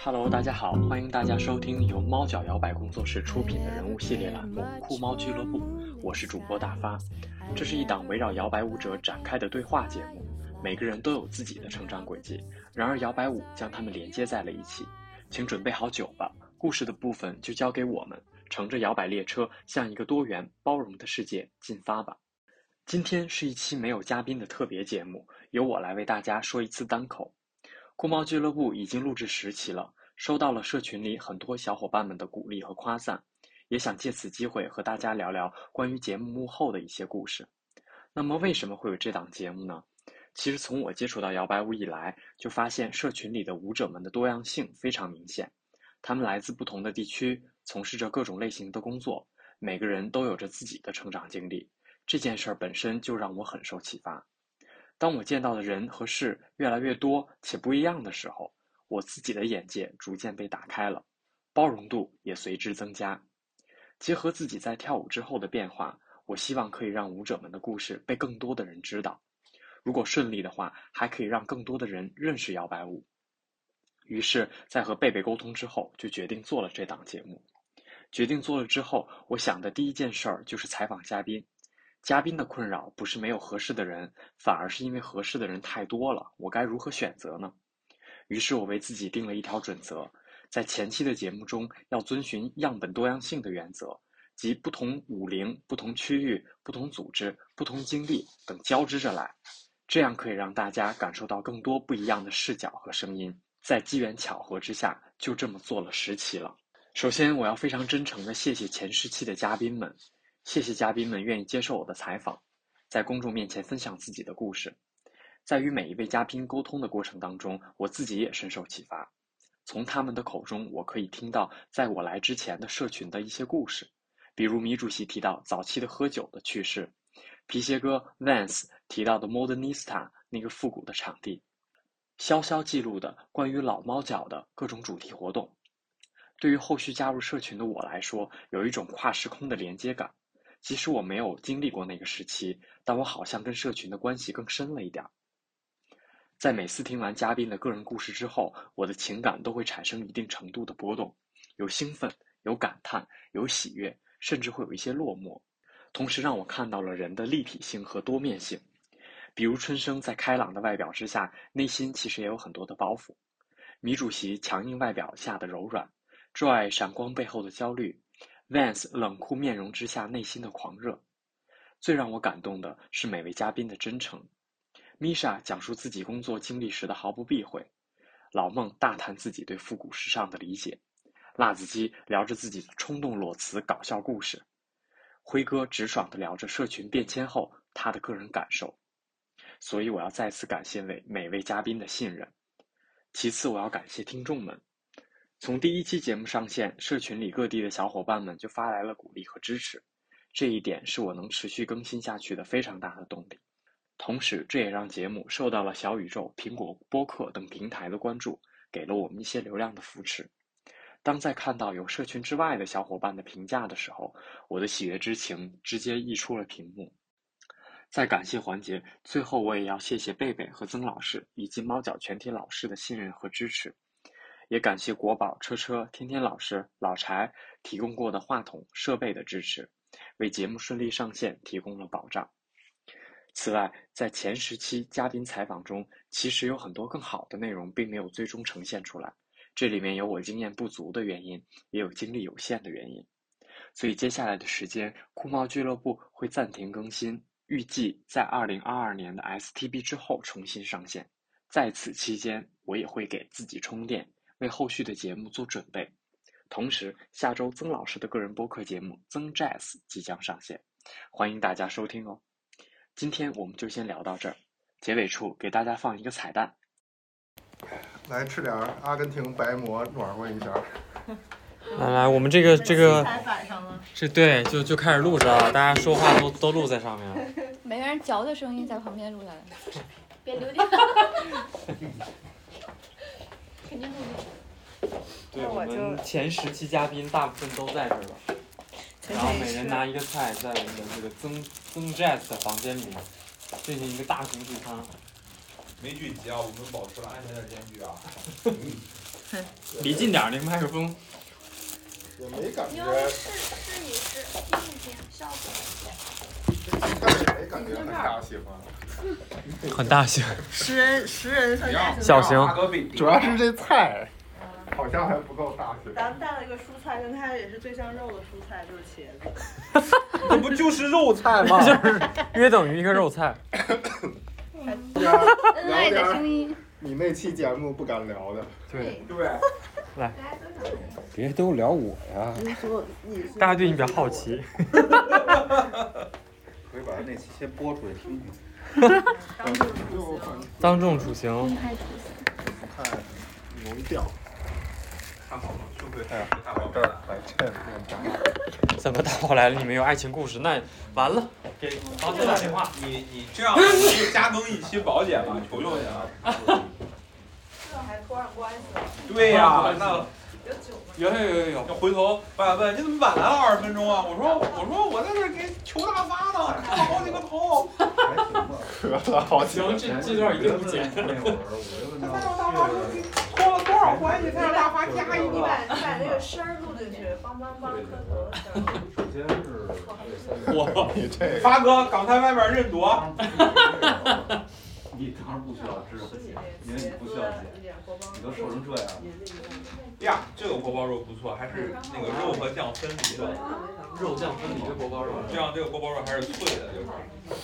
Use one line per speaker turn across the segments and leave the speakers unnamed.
Hello，大家好，欢迎大家收听由猫脚摇摆工作室出品的人物系列栏目《酷猫俱乐部》，我是主播大发。这是一档围绕摇摆舞者展开的对话节目，每个人都有自己的成长轨迹，然而摇摆舞将他们连接在了一起。请准备好酒吧，故事的部分就交给我们，乘着摇摆列车，向一个多元包容的世界进发吧。今天是一期没有嘉宾的特别节目，由我来为大家说一次单口。酷猫俱乐部已经录制十期了，收到了社群里很多小伙伴们的鼓励和夸赞，也想借此机会和大家聊聊关于节目幕后的一些故事。那么，为什么会有这档节目呢？其实从我接触到摇摆舞以来，就发现社群里的舞者们的多样性非常明显，他们来自不同的地区，从事着各种类型的工作，每个人都有着自己的成长经历。这件事儿本身就让我很受启发。当我见到的人和事越来越多且不一样的时候，我自己的眼界逐渐被打开了，包容度也随之增加。结合自己在跳舞之后的变化，我希望可以让舞者们的故事被更多的人知道。如果顺利的话，还可以让更多的人认识摇摆舞。于是，在和贝贝沟通之后，就决定做了这档节目。决定做了之后，我想的第一件事儿就是采访嘉宾。嘉宾的困扰不是没有合适的人，反而是因为合适的人太多了，我该如何选择呢？于是我为自己定了一条准则，在前期的节目中要遵循样本多样性的原则，即不同舞龄、不同区域、不同组织、不同经历等交织着来，这样可以让大家感受到更多不一样的视角和声音。在机缘巧合之下，就这么做了十期了。首先，我要非常真诚地谢谢前十期的嘉宾们。谢谢嘉宾们愿意接受我的采访，在公众面前分享自己的故事。在与每一位嘉宾沟通的过程当中，我自己也深受启发。从他们的口中，我可以听到在我来之前的社群的一些故事，比如米主席提到早期的喝酒的趣事，皮鞋哥 Vance 提到的 Modernista 那个复古的场地，潇潇记录的关于老猫脚的各种主题活动。对于后续加入社群的我来说，有一种跨时空的连接感。即使我没有经历过那个时期，但我好像跟社群的关系更深了一点儿。在每次听完嘉宾的个人故事之后，我的情感都会产生一定程度的波动，有兴奋，有感叹，有喜悦，甚至会有一些落寞。同时，让我看到了人的立体性和多面性。比如春生在开朗的外表之下，内心其实也有很多的包袱；米主席强硬外表下的柔软，Joy 闪光背后的焦虑。Vance 冷酷面容之下内心的狂热，最让我感动的是每位嘉宾的真诚。Misha 讲述自己工作经历时的毫不避讳，老孟大谈自己对复古时尚的理解，辣子鸡聊着自己的冲动裸辞搞笑故事，辉哥直爽地聊着社群变迁后他的个人感受。所以我要再次感谢每每位嘉宾的信任。其次，我要感谢听众们。从第一期节目上线，社群里各地的小伙伴们就发来了鼓励和支持，这一点是我能持续更新下去的非常大的动力。同时，这也让节目受到了小宇宙、苹果播客等平台的关注，给了我们一些流量的扶持。当在看到有社群之外的小伙伴的评价的时候，我的喜悦之情直接溢出了屏幕。在感谢环节，最后我也要谢谢贝贝和曾老师以及猫脚全体老师的信任和支持。也感谢国宝、车车、天天老师、老柴提供过的话筒设备的支持，为节目顺利上线提供了保障。此外，在前十期嘉宾采访中，其实有很多更好的内容并没有最终呈现出来，这里面有我经验不足的原因，也有精力有限的原因。所以接下来的时间，酷猫俱乐部会暂停更新，预计在二零二二年的 STB 之后重新上线。在此期间，我也会给自己充电，为后续的节目做准备。同时，下周曾老师的个人播客节目《曾 Jazz》即将上线，欢迎大家收听哦。今天我们就先聊到这儿，结尾处给大家放一个彩蛋。
来吃点儿阿根廷白馍暖和一下。
来来，我们这个这个
才摆上了，
这对就就开始录着啊，大家说话都都录在上面了。
每个人嚼的声音在旁边录下来。
别留点，肯定不留。
对
那我就
们前十期嘉宾大部分都在这儿了，然后每人拿一个菜，在我们的这个曾曾 Jazz 的房间里进行一个大型聚餐。
没聚集啊，我们保持了安全的间距啊。
离近点儿那个麦克风。
也没感
你
觉
要，是试试一试，听一听效果。
但也没感觉很大喜欢。
很大型，
十人十人上下
小型
主要是这菜好像还不够大喜
咱
欢。
们带了一个蔬菜，跟它也是最像肉的蔬菜，就是茄子。
这不就是肉菜吗
就是约等于一个肉菜。
嗯
恩爱的声音。
你那期节目不敢聊的，
对，
对，
别都聊我呀，
你说你
大家对你比较好。奇。
可以把那期先播出来听听。
当众主行
当众处刑，
看容易掉。
怎么打跑来了？你们有爱情故事，那完了，给王总打电话。
你你这样你加更一期保险吧，求求你了。
这还托上关系了，
对呀、那
有酒吗？
有有有有，
要回头爸爸问你怎么晚来了二十分钟啊？我说我说我在这儿给求大发呢，磕了好几个头。
得了， 好
行，这这段一定不剪。
再让大发说你托了多少关系才让大发加一
你
个？
把你把那个声儿录进去，梆梆梆磕头的声儿。
我
你这个
发哥，港台外边认夺，
你当然不需要知道
是你
因
那
为你
茄
不
子
需要剪，
一点锅包
你
肉
都瘦成这样，
你那个
呀，这个锅包肉不错，还是那个肉和酱分离的，
肉酱分离的锅包肉，
这样这个锅包肉还是脆的，就是。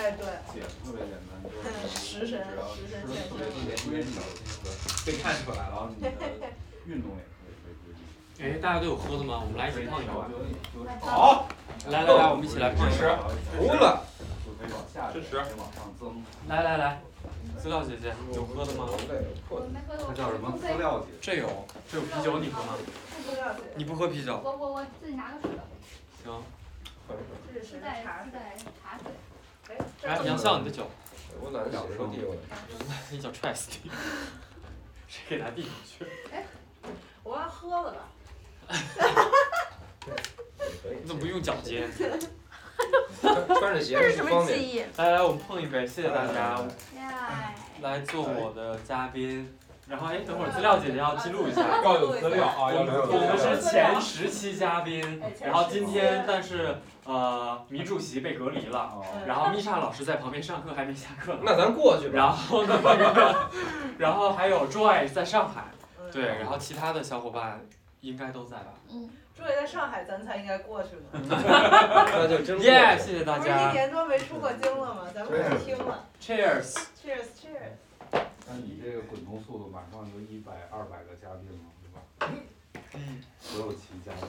哎，对，
解释特别简单，就
对
是
食神
只要
食神
吃的
现
特别
身。
规律，然
被看出来了。
后你的运动也特别规律。
哎，大家都有喝的吗？我们来一起
我
碰一
觉
口。
得你就
好，
来来来，我们一起来碰一口。
服了。
就可以往下减，
支持
可以往上增。
来来来，资料姐姐有喝的吗？
它叫什么？资料解。
这有，这有啤酒，你喝吗？
不知道姐，
你不喝啤酒？
我我我自己拿个水吧，
行。
这是
是在
茶
是
水。
在茶水。
哎，这
来，杨笑，你的酒，
我哪小时候
你脚踹死地，谁给他递出去？
我要喝了吧？
你怎么不用脚接？
穿着鞋
这是什么记忆？
来来，我们碰一杯，谢谢大家，
呀，
来做我的嘉宾。然后哎，等会儿资料姐姐要记录一 下，
要有资料
我
啊，要
们
有
我
资料
们。是前十期嘉宾，
哎前十期
然后今天但是呃，米主席被隔离了，
哦
嗯
然后米莎老师在旁边上课还没下课呢。
那咱过去
然后那个， 然后还有 Joy 在上海，
嗯
对，，然后其他的小伙伴应该都在吧？
住在上海，咱才应该过去呢。
那就真
耶、yeah,，谢谢大
不是一
家
年多没出过京了吗？咱们回京了。
，Cheers！
Cheers, cheers。
那你这个滚动速度马上就一百、二百个嘉宾了，对吧？
嗯，
所有期嘉宾。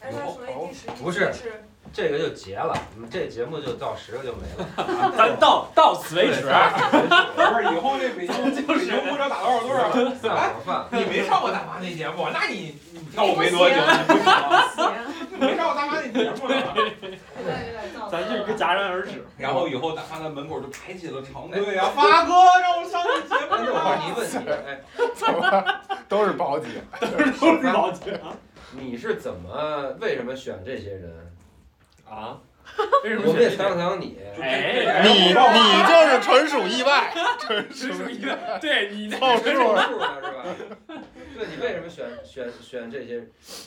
哎，那所以第十一期
不是
是
这个就结了，我们这节目就到十个就没了。
咱到到此为止，啊
不是，以后这北京北京不知道打多少多少。哎
散
啊
伙饭，
你没上过大妈那节目，那你你跳舞没多久，你嗯不行
不
啊，
行，
你没上过大妈那节目呢。
有点有点造。
咱就一个戛然 而止。
然后以后大妈在门口就排起了长队啊，发哥让我上你节
那
目
我问
啊。
你一问题，哎，
都是保底，
都是老姐
你是怎么为什么选这些人？
啊？ 为什
我
么
们也
选
想想你，
哎，
你你就是纯属意外，
纯属意外。对你那
凑
这
数
数
儿。
啊是吧？对你为什么选选选这些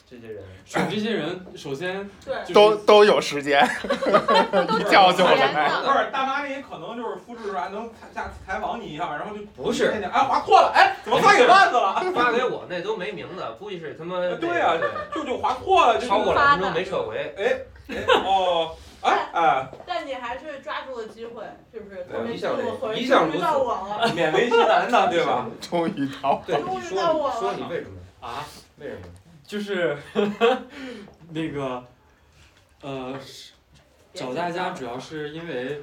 这些人？
选这些人，首先
对
就是
都都有时间，一叫就来。
不是大妈，也可能就是复制出来能下采访你一下，然后就
不是
哎划错了，哎怎么发给段子了？
发给我 那都没名字，估计是他妈那个
对啊就就划错了，
对
就是
超过两分钟没撤回。
哎哦哎哎，
但你还是抓住了机会，是不是？
对
特别
一向
是
如
我回
一向如
终于到我了，
勉为其难的对吧？
终于到，
对，你
终于到我
说说
了
你为什么？
啊，
为什么？
就是那个呃，找大家主要是因为，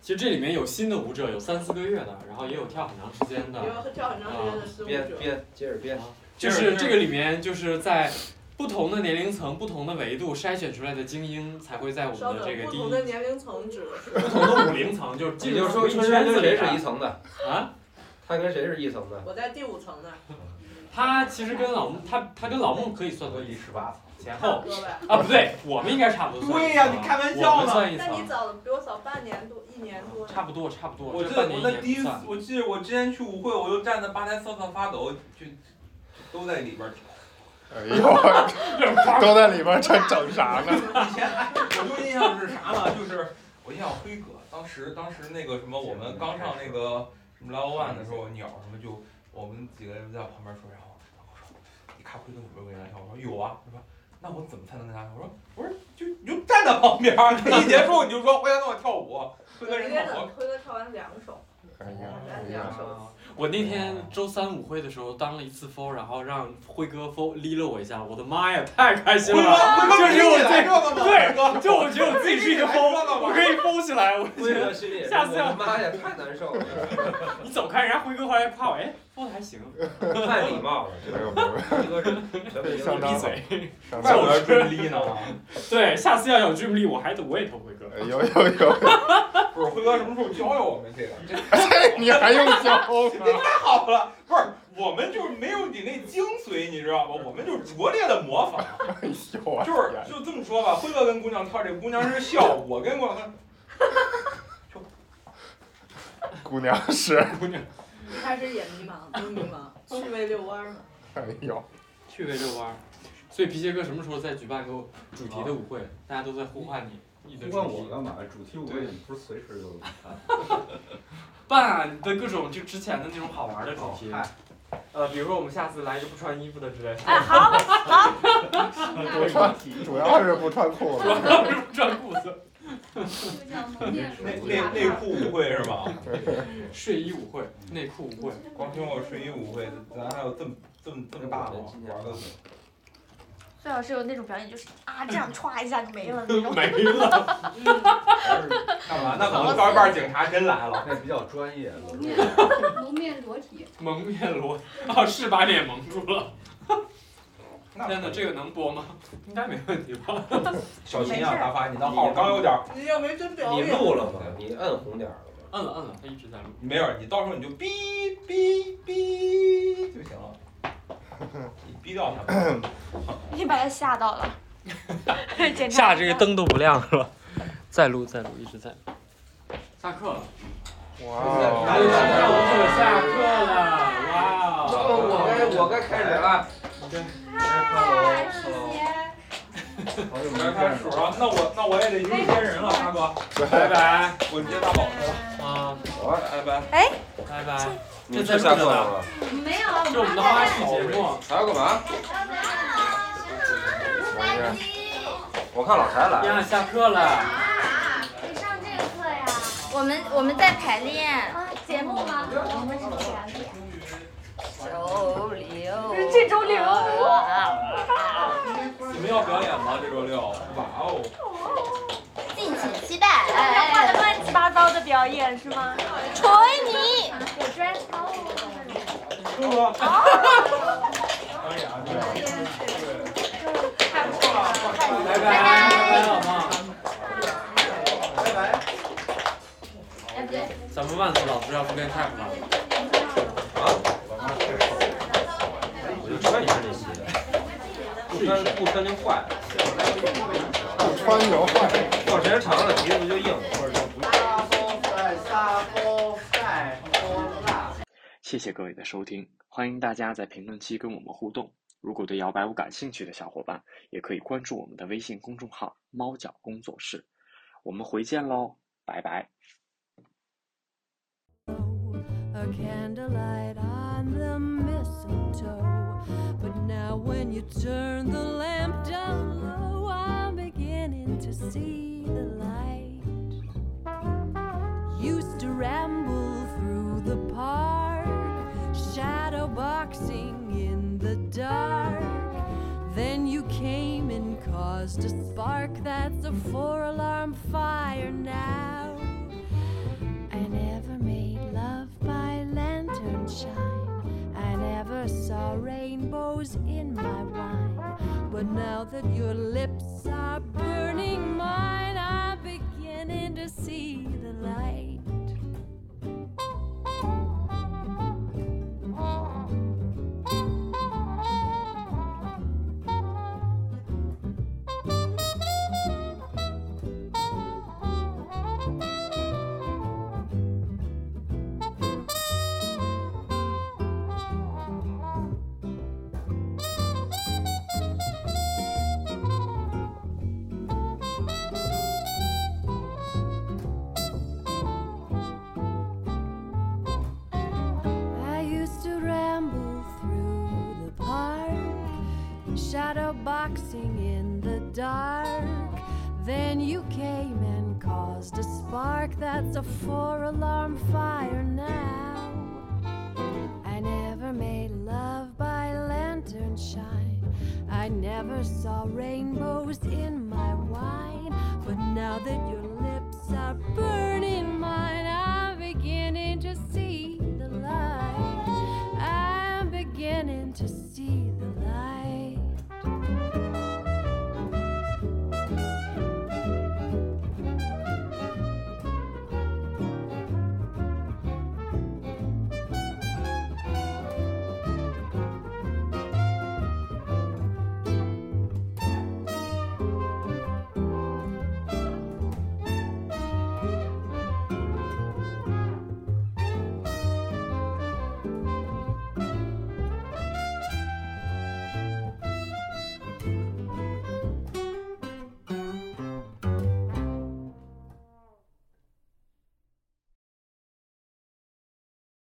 其实这里面有新的舞者，有三四个月的，然后也有跳很长时间的
因，为跳很长时间
啊
的失误
编
者。
编，接着编。
就是这个里面就是在不同的年龄层、不同的维度筛选出来的精英，才会在我
稍
们的
等
这，个
不
第一
同的年龄层指的是
不同的五龄层，就是进
也
入
就是说，
文艺
春
圈
山跟
子里
谁是一
的
层的？
啊。
他跟谁是一层的？
我在第五层呢，
他其实跟老穆，他他跟老穆可以算作一
十八层。
前
差
后
不多吧。
啊，不对，我们应该差不多算一层。
对呀你开玩笑呢
我们算一
那你
层，
早了比我早半年多，一年多呢。
差不多差不多。
我
这
记
半
得
年
我
一
那第一
年不
次
算，
我记得我之前去舞会，我就站在吧台瑟瑟发抖，就都在里边儿。
哎呦，都在里边这整啥呢？
以前哎，我就印象是啥呢？就是我印象辉哥，当时当时那个什么，我们刚上那个什么 Level One 的时候，鸟什么就我们几个人在旁边说，然后然后我说你看辉哥有没有跟他跳？我说有啊，他说。那我怎么才能跟他跳？我说，我说就你就站在旁边，一结束你就说辉哥跟我跳舞，辉哥
辉
人
哥
跟
怎
我
么辉哥跳完两首，
哎呀
咱
哎呀
两首，
啊我那天周三舞会的时候当了一次 f o 然后让辉哥 f o 勒了我一下，我的妈呀，太开
辉哥，辉
心了！
哥，
就是我
这个吗？
对
辉哥，
就我觉得我自己是一个 f
这个
o 我可以 f o 起来，我
为
觉得
了训练，
下次要
我的妈呀，太难 受了，
你走开，人家辉哥后来夸我，哎 f o 的还行，
太礼貌了，
没有没有，
这个是全部英
上
语
闭嘴。
张了上
怪
次
我要追逼呢。
对，下次要有 dream 力，我还得我也投辉哥。
哎呦呦呦，
不是，辉哥什么时候教教我们这个？这
这哎你还用教
这
吗？
太好了，不是，我们就是没有你那精髓，你知道吧？我们就是拙劣的模仿，
哎呦我
就
天
是就这么说吧。辉哥跟姑娘跳，这姑娘是笑，我跟姑娘看
姑娘是，
姑娘，
一开始也迷茫，都迷茫，趣味遛弯儿嘛。
哎呦，
趣味遛弯儿。所以皮鞋哥什么时候再举办个主题的舞会？大家都在呼唤你，你的
你
主
管
题
我干嘛？主题我也不是随时有。
办啊，你的各种就之前的那种好玩的主题。
嗨
呃，比如说我们下次来一个不穿衣服的之类的，
哎， 好，
不穿，主要是不穿裤子，
不穿裤子。
就叫蒙面
内
逻辑
内
大
内
法。
裤舞会是吗？
睡衣舞会、内裤舞会，
光听我睡衣舞会，咱还有这么这么这么大的玩的。
最好是有那种表演，就是啊这样歘一下就没了那 种。
没了。
嗯
还是
干嘛？那可能到一半警察真来了。
那比较专 业
蒙面
的。
蒙面裸体，
蒙面裸，哦，是把脸蒙住了。天哪，这个能播吗？应该没问题吧？
小心啊，大发，你那号刚有点儿，
你要没真表
你
演，
录了吗？你摁红点儿了吗？
摁了摁了，他一直在录。
没有，你到时候你就哔哔哔就行了， 你逼掉他们。
你把他吓 到了。检
下
查
这个灯都不亮了， 再录再录，一直在录。下课了，
哇
大
哦，
家我们下课
啊
了，哇
哦
哦！
我该我该开始了，
嗨，师姐。
好久没
来开
见
始啊，那我那我也得一路接人了，大哥，
拜拜
我接大宝去了，
啊，
拜拜。
哎
拜拜。
你是下课了吗？
没有，
这是我们的花絮节目，
还要干嘛？
啊
我
我看老柴来了。
呀，下课了。
啊，你上这个课呀？
我们我们在排练。
啊，节目吗？我们是排练。
周六。
这周六
你们要表演吗？这周六？哇哦！
敬请期待。
画的乱七八糟的表演是吗？
锤你！
有 dress code。
哥哥。可以啊，对对。
拜拜，拜拜，老妈。
拜拜。
咱们万斯老师要不跟 t 吧？
我就穿你穿这鞋，不穿不穿就坏了，
不穿就坏，
放时间长了皮肤就硬了。
谢谢各位的收听，欢迎大家在评论区跟我们互动。如果对摇摆舞感兴趣的小伙伴，也可以关注我们的微信公众号“猫脚工作室”。我们回见喽，拜拜。
a candlelight on the mistletoe. But now, when you turn the lamp down low, I'm beginning to see the light. Used to ramble through the park, shadow boxing in the dark. Then you came and caused a spark that's a four alarm fire now. I never made love by lantern shine. I never saw rainbows in my wine. But now that your lips are burning mine, I'm beginning to see the light.
dark. Then you came and caused a spark that's a four alarm fire now. I never made love by lantern shine. I never saw rainbows in my wine. But now that your lips are burning